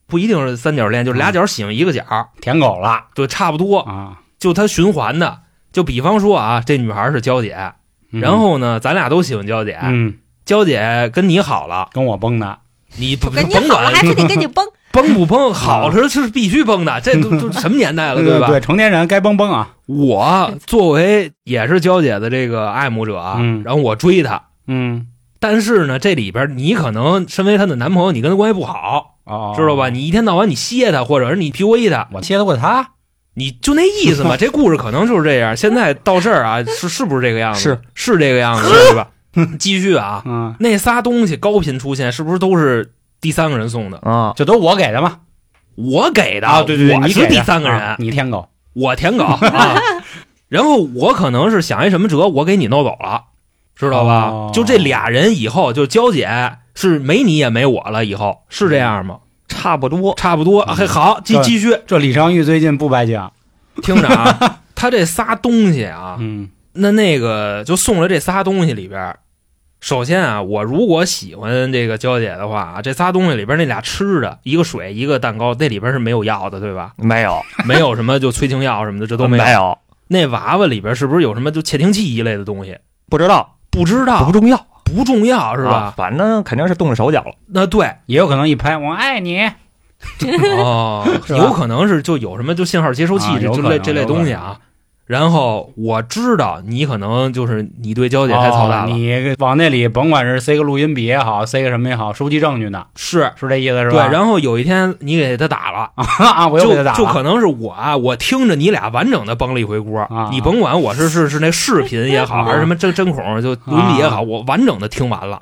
不一定是三角恋，就俩角喜欢一个角，
舔狗了
就差不多，
嗯啊。
就它循环的。就比方说啊，这女孩是娇姐，
嗯
然后呢，咱俩都喜欢娇姐，
嗯，
娇姐跟你好了，
跟我崩的，
你不
跟你
甭
好了，
管
还是得跟你崩。
崩不崩，好是是必须崩的，这都
[laughs]
都什么年代了，
嗯对
吧？
成年人该崩崩啊。
我作为也是娇姐的这个爱慕者啊，
嗯
然后我追她，
嗯，
但是呢，这里边你可能身为她的男朋友，你跟她关系不好，
哦，
知道吧？？你一天到晚你歇她，或者是你 PUA 她，
我接得过他，
你就那
[laughs]
意思嘛。这故事可能就是这样。现在到这儿啊，是是不是这个样子？
是
是这个样子，对
[laughs]
吧？继续啊，
嗯，
那仨东西高频出现，是不是都是第三个人送的？
啊，
这都我给的嘛。
我给的，
啊对对对，
我
你
是
给的
第三个人，
啊你舔狗，
我舔狗啊。
[laughs]
然后我可能是想一什么辙，我给你弄走了，知道吧？
哦
就这俩人以后就娇姐是没你也没我了，以后是这样吗？
差不多，
差不多，嘿，好，继
嗯对
继续
这李昌钰最近不白讲。
听着
[laughs]
啊，他这仨东西啊，
嗯
那那个就送了这仨东西里边，首先啊，我如果喜欢这个娇姐的话啊，这仨东西里边那俩吃的，一个水，一个蛋糕，那里边是没有药的，对吧？
没有，
没有什么就催情药什么的，这都
没
没有。
有，
那娃娃里边是不是有什么就窃听器一类的东西？
不知道，
不知
不
道，
重要，
不重要是
啊
吧？
反正肯定是动了手脚了，
那
[laughs]
对
也有可能一拍我爱你，
哦，
是吧
有可能是就有什么就信号接收器
啊
这
有
这
可
类
能
这类
有可
东西啊。然后我知道你可能就是你对娇姐太操蛋
哦
了，
你往那里甭管是塞个录音笔也好，塞个什么也好，收集证据呢，
是
是这意思是
对。
吧？
然后有一天你给他打了，
[laughs] 啊，我又
就
给他打
就
了。
可能是我啊，我听着你俩完整的崩了一回锅
啊，
你甭管我是是是那视频也好，
[laughs] 啊
还是什么针针孔就录音笔也
啊
好，我完整的听完了。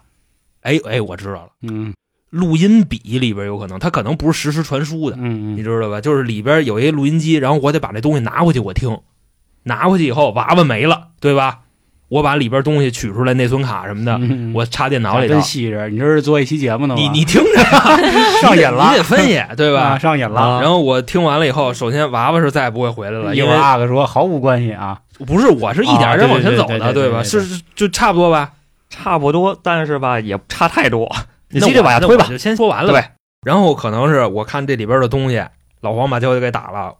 哎哎，我知道了，
嗯
录音笔里边有可能，它可能不是实时传输的。
嗯
你
嗯，
知道吧？就是里边有一录音机，然后我得把这东西拿回去，我听。拿回去以后，娃娃没了，对吧？我把里边东西取出来，内存卡什么的，
嗯
我插电脑
脑
里头
真。细致，你这是做一期节目呢吗？
你你听着啊，
[laughs] 上瘾了
你得分析，对
对
吧？
上瘾了。
啊
然后我听完了以后，首先娃娃是再也不会回来了，
一
因
会
为
儿阿哥说毫无关系啊，
不是我是一点
啊
儿
对
点往前
对
走
对
的，
对
对
对
吧？
对
是是就差不多吧。
差不多，但是吧也差太多，
[laughs]
你
那
继续
我
往下
那
推
我
吧，
就先说完了
对
呗。然后可能是我看这里边的东西，老黄把娇姐给打了，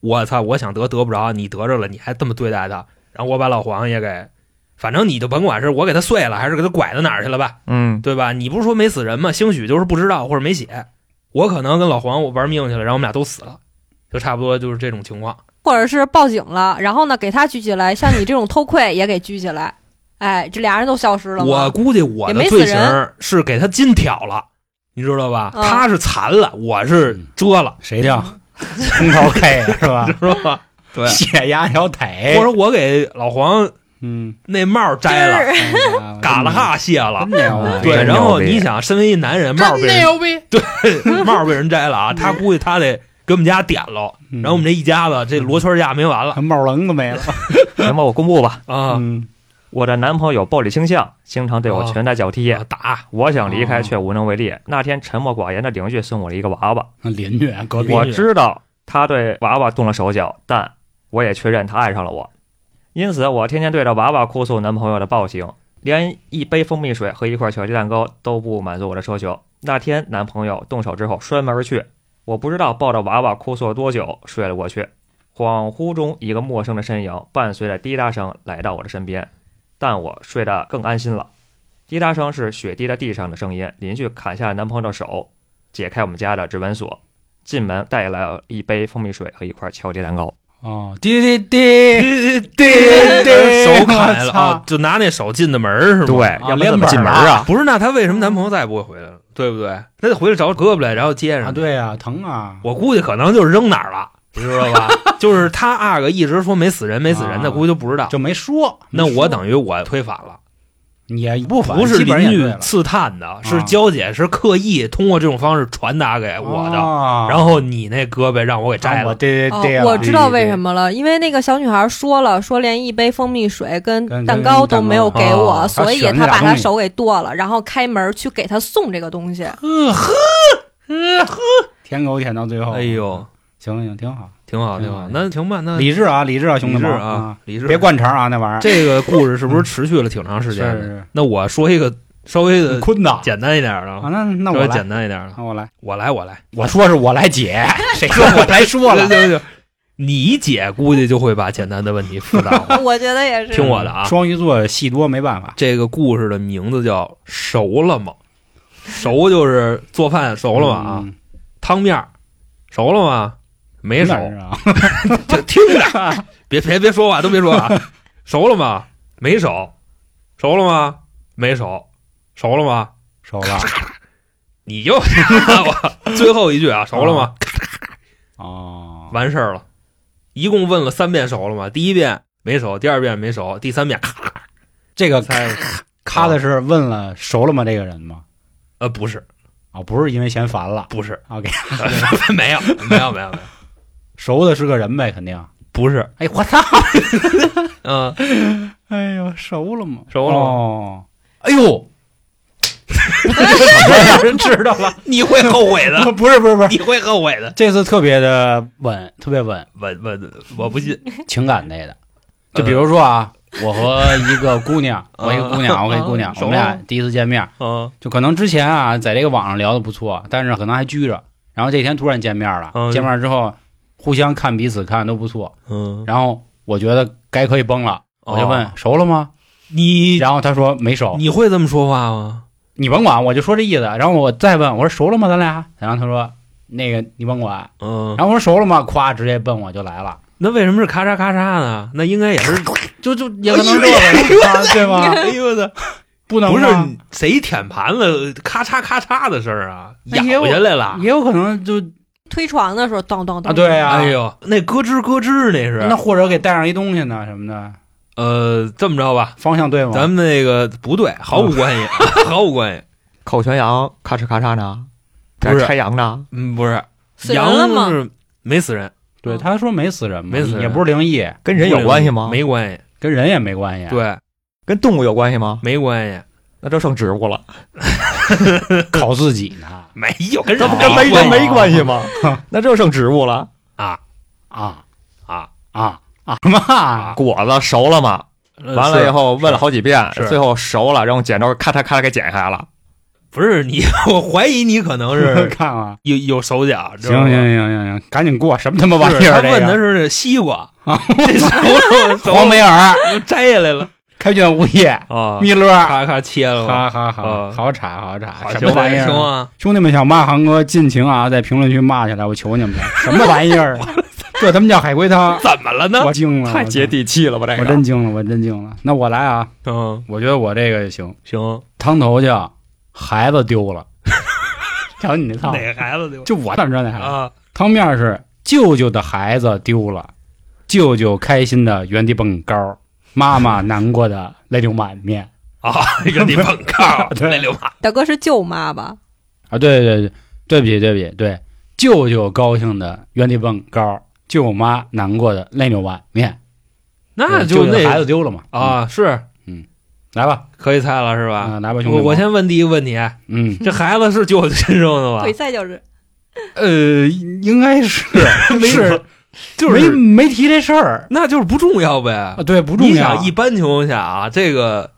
我操，我想得得不着，你得着了，你还这么对待他，然后我把老黄也给，反正你就甭管是我给他碎了，还是给他拐到哪儿去了吧，
嗯，
对吧？你不是说没死人吗？兴许就是不知道或者没写，我可能跟老黄我玩命去了，然后我们俩都死了，就差不多就是这种情况。
或者是报警了，然后呢给他拘起来，像你这种偷窥也给拘起来，哎，这俩人都消失了
我
吗？
估计我的
也没
罪
死
行
人
是给他金挑了，你知道吧？
嗯
他是残了，我是遮了，
谁叫空头 K 是吧？
[laughs] 是吧？对
血压条
哎
腿，
或者我给老黄 [laughs]
嗯，哎
那帽摘了，
是
[laughs] 嘎啦哈卸了
真。牛逼，
对，
嗯真
然后
牛逼
你想，身为一男人，帽被人 [laughs]
逼，
帽被人摘了啊，他估计他得给我们家点喽。
嗯
然后我们这一家子这罗圈架没完了
这嗯帽棱子没了
那么我公布吧，
啊！
嗯
我的男朋友暴力倾向，经常对我拳打脚
嗯
踢， [laughs]
打
我想离
哦
开却无能为力。那天沉默寡言的邻居送我了一个娃娃，
邻居啊隔壁，
我知道他对娃娃动了手脚，但我也确认他爱上了我，因此啊我天天对着娃娃哭诉男朋友的暴行，连一杯蜂蜜水和一块巧克力蛋糕都不满足我的奢求。那天男朋友动手之后摔门而去，我不知道抱着娃娃哭诉了多久，睡了过去。恍惚中，一个陌生的身影伴随着滴答声来到我的身边，但我睡得更安心了。滴答声是雪滴在地上的声音。邻居砍下了男朋友的手，解开我们家的指纹锁，进门带来了一杯蜂蜜水和一块巧克力蛋糕。
哦，滴滴滴，
滴滴滴，手砍
我
了
操
啊！就拿那手进的门儿是吗？
对，要不然怎么进啊门啊？
不是，那她为什么男朋友再也不会回来了？对不对？她得回来找胳膊来，然后接上。
啊，，对呀，疼啊，
我估计可能就是扔哪儿了，你知道吧？ [laughs] 就是他阿哥一直说没死人，没死人的，
啊
估计就不知道。
就没说，
那我
等
等于我推翻了，
也不
嗯不是
基本
邻
也
居
对了啊
刺探的，是娇姐是刻意通过这种方式传达给我的。
哦
然后你那胳膊让我给摘
啊我
了，
滴
哦
滴滴，，
我知道为什
么。
么了，因为那个小女孩说了，说连一杯蜂蜜水跟
嗯跟
蛋糕都没有给我，
哦
所以
她选
她
那俩
把她
东西
手给剁了，然后开门去给她送这个东
[laughs]
西。
呃
呵呵呵呵，舔狗舔到最后，
哎，呦，
行行挺好，
挺好
挺
挺
好
好。那行吧，那
理智啊理智啊，兄
李
弟
志
们
啊，，李志，
别灌肠啊那玩意儿，
这个故事是不是持续了挺长时间
是是
的？那我说一个稍微的
坤子啊，
简单一点的，
那那
稍
我
微
来
简，单一点的，
那我来，
我来，我来。
我说是我来解， [laughs] 谁说
[laughs]
我来说了？
对对对，你姐估计就会把简单的问题复杂化。
我觉得也是，
听我的啊
双鱼座戏多没办法，
这个故事的名字叫《熟了吗》，熟就是做饭熟了吗？啊，
嗯？
汤面儿熟了吗？没熟
哪，儿啊，
就听着，别别别说话，都别说话，熟了吗？没熟，熟了吗？没熟，熟了吗？
熟了
你又 [laughs] 我最后一句啊，熟了吗？
哦，
完事儿了，一共问了三遍熟了吗？第一遍没熟，第二遍没熟，第三遍咔
这个
猜了
咔的是问了熟了吗？这个人吗？
呃，不是，
啊，不是因为嫌烦了 [laughs]
不是，
啊，给
没有，没有，没有，没有，
熟的是个人呗，肯定。
不是，
哎，我操！
嗯，
哎呦，熟了吗？
熟了吗
哦，哎呦，
让人知道了， [laughs] 你会后悔的， [laughs]
不是不是不是，
你会后悔的。
这次特别的稳，特别稳，
我我我不信，
情感类的。就比如说啊，我和一个姑
[laughs]
娘，
嗯
我一个姑娘，我和一个姑
[laughs]
娘
嗯，
我们俩第一次见面，
嗯
就可能之前啊，在这个网上聊的不错，但是可能还拘着。然后这天突然见面了，
嗯
见面之后互相看彼此看都不错，
嗯，
然后我觉得该可以崩了，我就问
哦
熟了吗？
你，
然后他说没熟，
你会这么说话吗？
你甭管，我就说这意思。然后我再问我说熟了吗？咱俩？然后他说那个你甭管。
嗯
然，后我说熟了吗？咵，直接奔我就来了，
那为什么是咔嚓咔嚓呢？那应该也是，
就就也可能这个啊对吧？
[laughs] 哎呦我操，
不能
[laughs] 不是
吗
谁舔盘子咔嚓咔嚓的事儿啊，
哎
咬
呦
下来了。
也有可能就
推床的时候，咚咚咚
啊对啊
哎呦，那咯吱咯吱那
那
是，
或者给带上一东西呢什么的，
呃，这么着吧，
方向对吗？
咱们那个不对，毫无关 [laughs] 系，毫无关系，
烤全羊，咔哧咔嚓呢，在
不是
拆羊呢。
嗯，不是，
死人
羊
了吗？
是没死人，
对他说没死人嘛，
没死人
也不是灵异，
跟人有关系吗？，
没关系，
跟人也没关系。，啊
对，
跟动物有关系吗？
没关系，
那就剩植物了，
烤自己呢
没有，跟
那
人啊
不
跟
跟没
人
人没关系 [laughs] 吗？那就剩植物了。
啊
[laughs] 啊
啊啊什么啊？
果子熟了吗？完了以，后问了好几遍，
是
最后熟了，然后剪刀咔嚓咔嚓给剪开了。
不是你， [laughs] 我怀疑你可能是
[laughs] 看啊，
有有手脚，知
行
道吗
行。行行行，赶紧过，什么他妈玩
是
意
他
儿？这
问的
个啊 [laughs]
是西瓜，这熟了熟
黄梅
了
尔
就摘下来了，
开卷无益，
啊，
弥勒，
咔咔切了吧，
好好好，
啊
好查 [laughs] 好
好
查，什
行
么
吧
玩意
行
儿？
啊，
兄弟们想骂航哥，尽情啊，在评论区骂起来，我求你们了，什么玩意
[laughs]
儿？这他妈叫海龟汤！
怎么了呢？
我惊了，
太接地气了吧？这
我
个
真惊了，我真惊了。那我来啊，
嗯，
我觉得我这个行。
行，
汤头叫孩子丢了， [laughs] 瞧你那套，
哪个孩子丢
就我怎么知道那孩子？
啊？
汤面是舅舅的孩子丢了，舅舅开心的原地蹦高，妈妈难过的泪流满面
啊，原地蹦高
[laughs] 对
那流氓
大哥是舅妈吧？
啊！对对对，对不起对不起，对舅舅高兴的原地蹦高，舅妈难过的泪流满面。
那
对舅
就
舅的孩
那
子丢了嘛？嗯，
啊，是
来吧
可以猜了是吧？
啊，来吧兄弟
我
们，
我先问第一个问题，
嗯
这孩子是舅舅亲生的
啊
吧
腿？赛就是
呃，应该 [laughs] 是
没
是
就
没
是
没提这事儿
那就是不重要呗
啊，。对不重
你
要
想，一般情况下啊，这个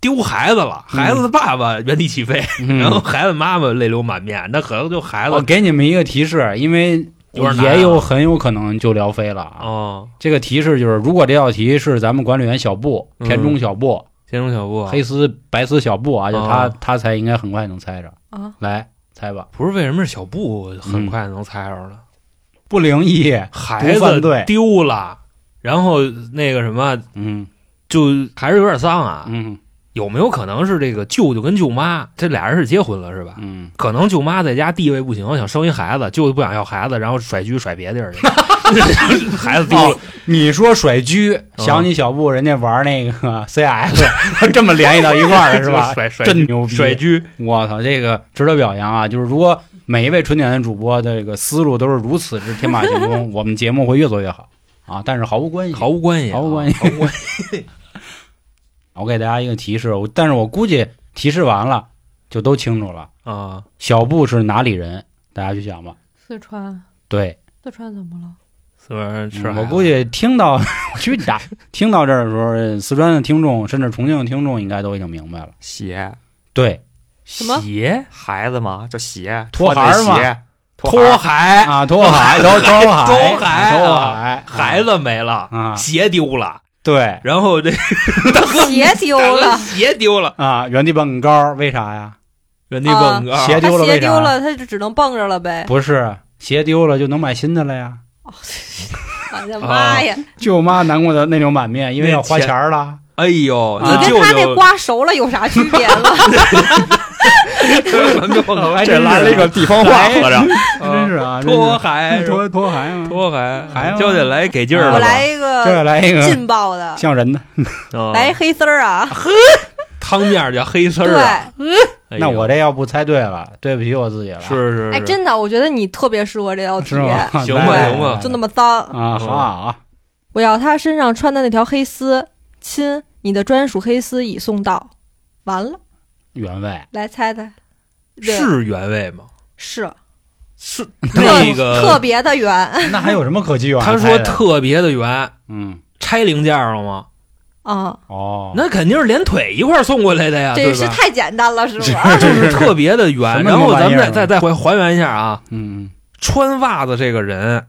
丢孩子了，孩子的爸爸原地起飞，
嗯
然后孩子妈妈泪流满面，那可能就孩
我
子
给你们一个提示，因为
有点难啊
也有很有可能就聊飞了啊。
哦，
这个提示就是，如果这道题是咱们管理员小布、
嗯
田中小布、
田中小布啊
黑丝白丝小布啊，就他
哦
他猜应该很快能猜着。
啊，
来猜吧，
不是为什么是小布很快能猜着了？
不灵异，
嗯孩
不犯
子
罪
丢了，然后那个什么，
嗯
就还是有点丧啊。
嗯
有没有可能是这个舅舅跟舅妈这俩人是结婚了是吧？
嗯，
可能舅妈在家地位不行，想生一孩子，舅舅不想要孩子，然后甩居甩别地 [laughs] 儿去，孩子丢了
哦。你说甩狙，
哦
想起小布人家玩那 [laughs] 个 CS，这么联系到一块儿
哦
了是吧？
甩甩
真牛逼！
甩狙，
我操，这个值得表扬啊！就是如果每一位春点的主播的这个思路都是如此之天马行空， [laughs] 我们节目会越做越好啊！但是毫无关系，
毫无关系啊，
毫无关系
毫无关系。
[laughs] 我给大家一个提示，我但是我估计提示完了就都清楚了。
啊，
小布是哪里人？大家去想吧。
四川，
对，
四川怎么了？
四川人吃
嗯
孩子，
我估计听到 [laughs] 去打听到这儿的时候，四川的听众甚至重庆的听众应该都已经明白了。
鞋
对
什么
鞋
孩子嘛，这鞋
托孩儿嘛
鞋
拖
托
孩，
孩
[laughs]
啊，周海，周周海，
周海
周
啊
海，
孩
子
子没了，
啊，
鞋丢了，
对，
然后这
鞋丢
大 [laughs] 哥
了，
鞋丢了，
啊，原地蹦高，为啥呀？
原地
嗯
蹦高，
[laughs] 鞋丢
他
了
鞋
为啥
丢了，他就只能蹦着了呗。
不是鞋丢了就能买新的了呀？
我的妈哎呀！
舅妈难过的泪流满面，因为要花钱儿了。
哎呦，
啊
你
那
跟
舅
他那
舅 [laughs]
瓜熟了有啥区别
[laughs]
了？
还
这
真
来
是
了一个地方话，合着
真是啊，真
拖
是
[laughs] 孩，
拖拖孩嘛。
拖啊孩，
孩吗
就得来给劲儿
啊
我
了
来
吧？
一
这
个
来一个
劲爆的，
像人的，
啊
来一黑丝儿啊！
汤面儿叫黑丝
对，
儿啊，
哎，
哎呦
那我这要不猜对了，对不起我自己了。
是是是，
哎真的，我觉得你特别适合这道题
是，吗？
行
吧
吧
来
行吧
就那么脏。
啊，好啊啊，
我要他身上穿的那条黑丝，亲，你的专属黑丝已送到。完了，
原
[laughs]
味
来猜猜，对
是原味吗？
是
是
特
那
特
个，
别的圆
那还有什么可机缘？
他说，特别的圆，
嗯，
拆零件了吗？
啊，
哦，
那肯定是连腿一块儿送过来的呀，啊对
这是
吧？
太简单了，是吧？
[laughs] 就是特别的圆。
什么
然后咱们
玩意儿
再再再还还原一下啊，
嗯，嗯
穿袜子这个人，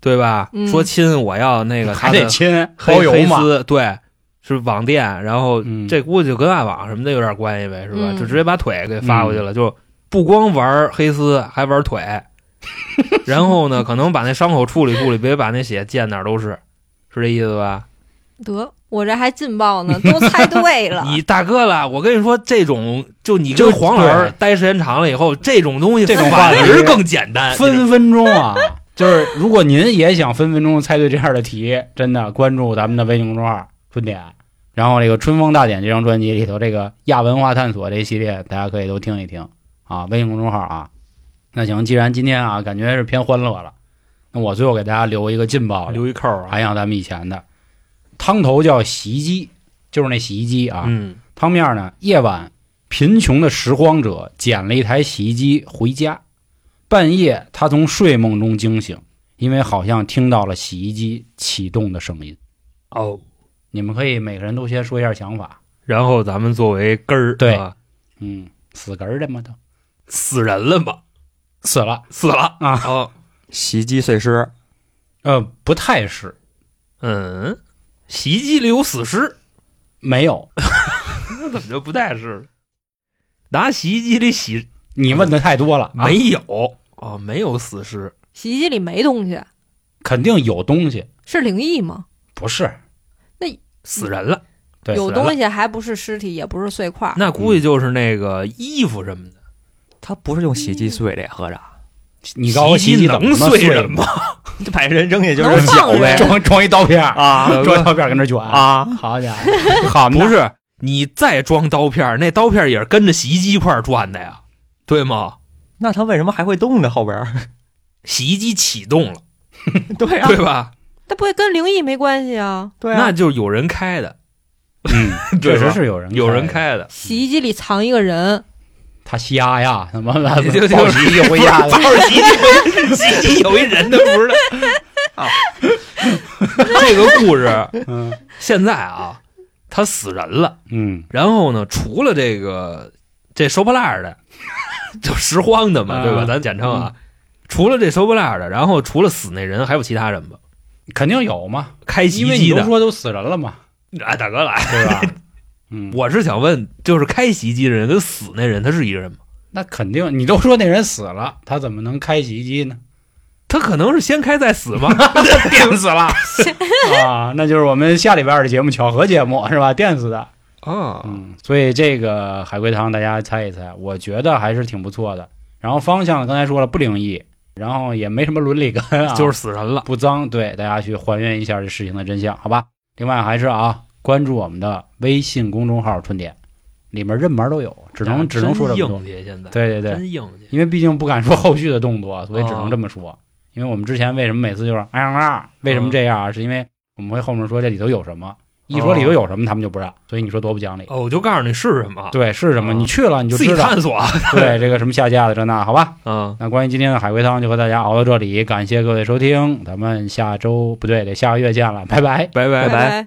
对吧？
嗯
说亲，我要那个
嗯
他
还
的
得亲
黑
包
黑
邮嘛，
丝，对，是网店，然后
嗯
这估计就跟暗网什么的有点关系呗，是吧？
嗯
就直接把腿给发过去了，
嗯
就不光玩黑丝，还玩
[laughs]
腿。然后呢，可能把那伤口处理处理，别把那血溅哪儿都是，是这意思吧？
得，我这还劲爆呢，
[laughs]
都猜对了。
你大哥了，我跟你说，这种就你
就
跟黄老师待时间长了以后，这种东西
这种话
反
题
而更简单。
分分钟啊！ [laughs] 就是如果您也想分分钟猜对这样的题，真的关注咱们的微信公众号“春点”，然后这个《春风大典》这张专辑里头这个亚文化探索这一系列，大家可以都听一听啊。微信公众号啊，那行，既然今天啊感觉是偏欢乐了，那我最后给大家留一个劲爆的，
留一扣啊，
还像咱们以前的汤头叫洗衣机，就是那洗衣机啊。
嗯，
汤面呢，夜晚贫穷的拾荒者捡了一台洗衣机回家。半夜，他从睡梦中惊醒，因为好像听到了洗衣机启动的声音。
哦，
你们可以每个人都先说一下想法。
然后咱们作为根儿，
对
啊
嗯，死根儿的嘛都
死人了吧？
死了。
死了
啊
哦，
洗衣机碎尸，
呃，不太是，
嗯，洗衣机里有死尸，
没有，
那怎么就不带是了？拿洗衣机里洗
你问的太多了，啊
没有哦，没有死尸，
洗衣机里没东西，
肯定有东西，
是灵异吗？
不是
死人了。
对
有
死人了
东西还不是尸体，也不是碎块儿。
那估计就是那个衣服什么的。
他不是用洗衣机碎的呀，合着
你告诉我洗衣机怎么
能
他妈
碎
碎
人吗？
就 [laughs] 把人扔下去就
能
是
放
脚呗
人
装装一刀片儿，
[laughs] 啊
装一刀片儿跟这卷，
啊！
好家伙，好
不
是
是，你再装刀片儿，那刀片儿也是跟着洗衣机一块儿转的呀，对吗？
那他为什么还会动呢？后边儿 [laughs]
洗衣机启动了，
哎
对啊
对吧？
它不会跟灵异没关系啊。
对
那
啊，
就有人开的，
嗯， [laughs] 确
对吧
实是有人
有人
开的，
开
[laughs]
的，
洗衣机里藏一个人，
他瞎呀，他妈的 [laughs]
也就
抱洗衣机回 [laughs] 家了
抱，着洗衣机，洗衣机有一人的不是的。
[laughs]
啊， [laughs] 这个故事
嗯
现在啊，他死人了，
嗯，
然后呢，除了这个这收破烂儿
[laughs]
的，就拾荒的嘛，
啊
对吧？咱简称啊，除了这收破烂儿的，然后除了死那人，还有其他人吗？
肯定有嘛，
开洗
因为
衣
你
机
都
的，
说都死人了嘛，
哎，大哥来，
对
[laughs]
吧？嗯，
我是想问，就是开洗衣机的人跟死那人，他是一个人吗？
那肯定，你都说那人死了，他怎么能开洗衣机
[laughs]
呢？
他可能是先开再死
[laughs]
吗？
电死了啊！那就是我们下礼拜的节目巧合节目是吧？电死的，
啊，
嗯，所以这个海龟汤大家猜一猜，我觉得还是挺不错的。然后方向刚才说了不灵异，然后也没什么伦理根啊，
就是死人了。
不脏，对大家去还原一下这事情的真相，好吧？另外还是啊，关注我们的微信公众号“春点”，里面任门都有，只能只能说这
啊真
么多
硬。气，现在
对对对，
真硬气。
因为毕竟不敢说后续的动作，所以只
哦
能这么说。因为我们之前为什么每次就是哎呀啊，为什么这样啊？是因为我们会后面说这里头有什么，一说里头有什么，他们就不让。所以你说多不讲理？
哦，我就告诉你是什么，
对，是什么？
哦
你去了你就
自己
知道。
探索啊。
对，这个什么下架的这那，好吧。
嗯
那关于今天的海龟汤就和大家熬到这里，感谢各位收听，咱们下周不对，得下个月见了，拜拜。
拜拜
拜。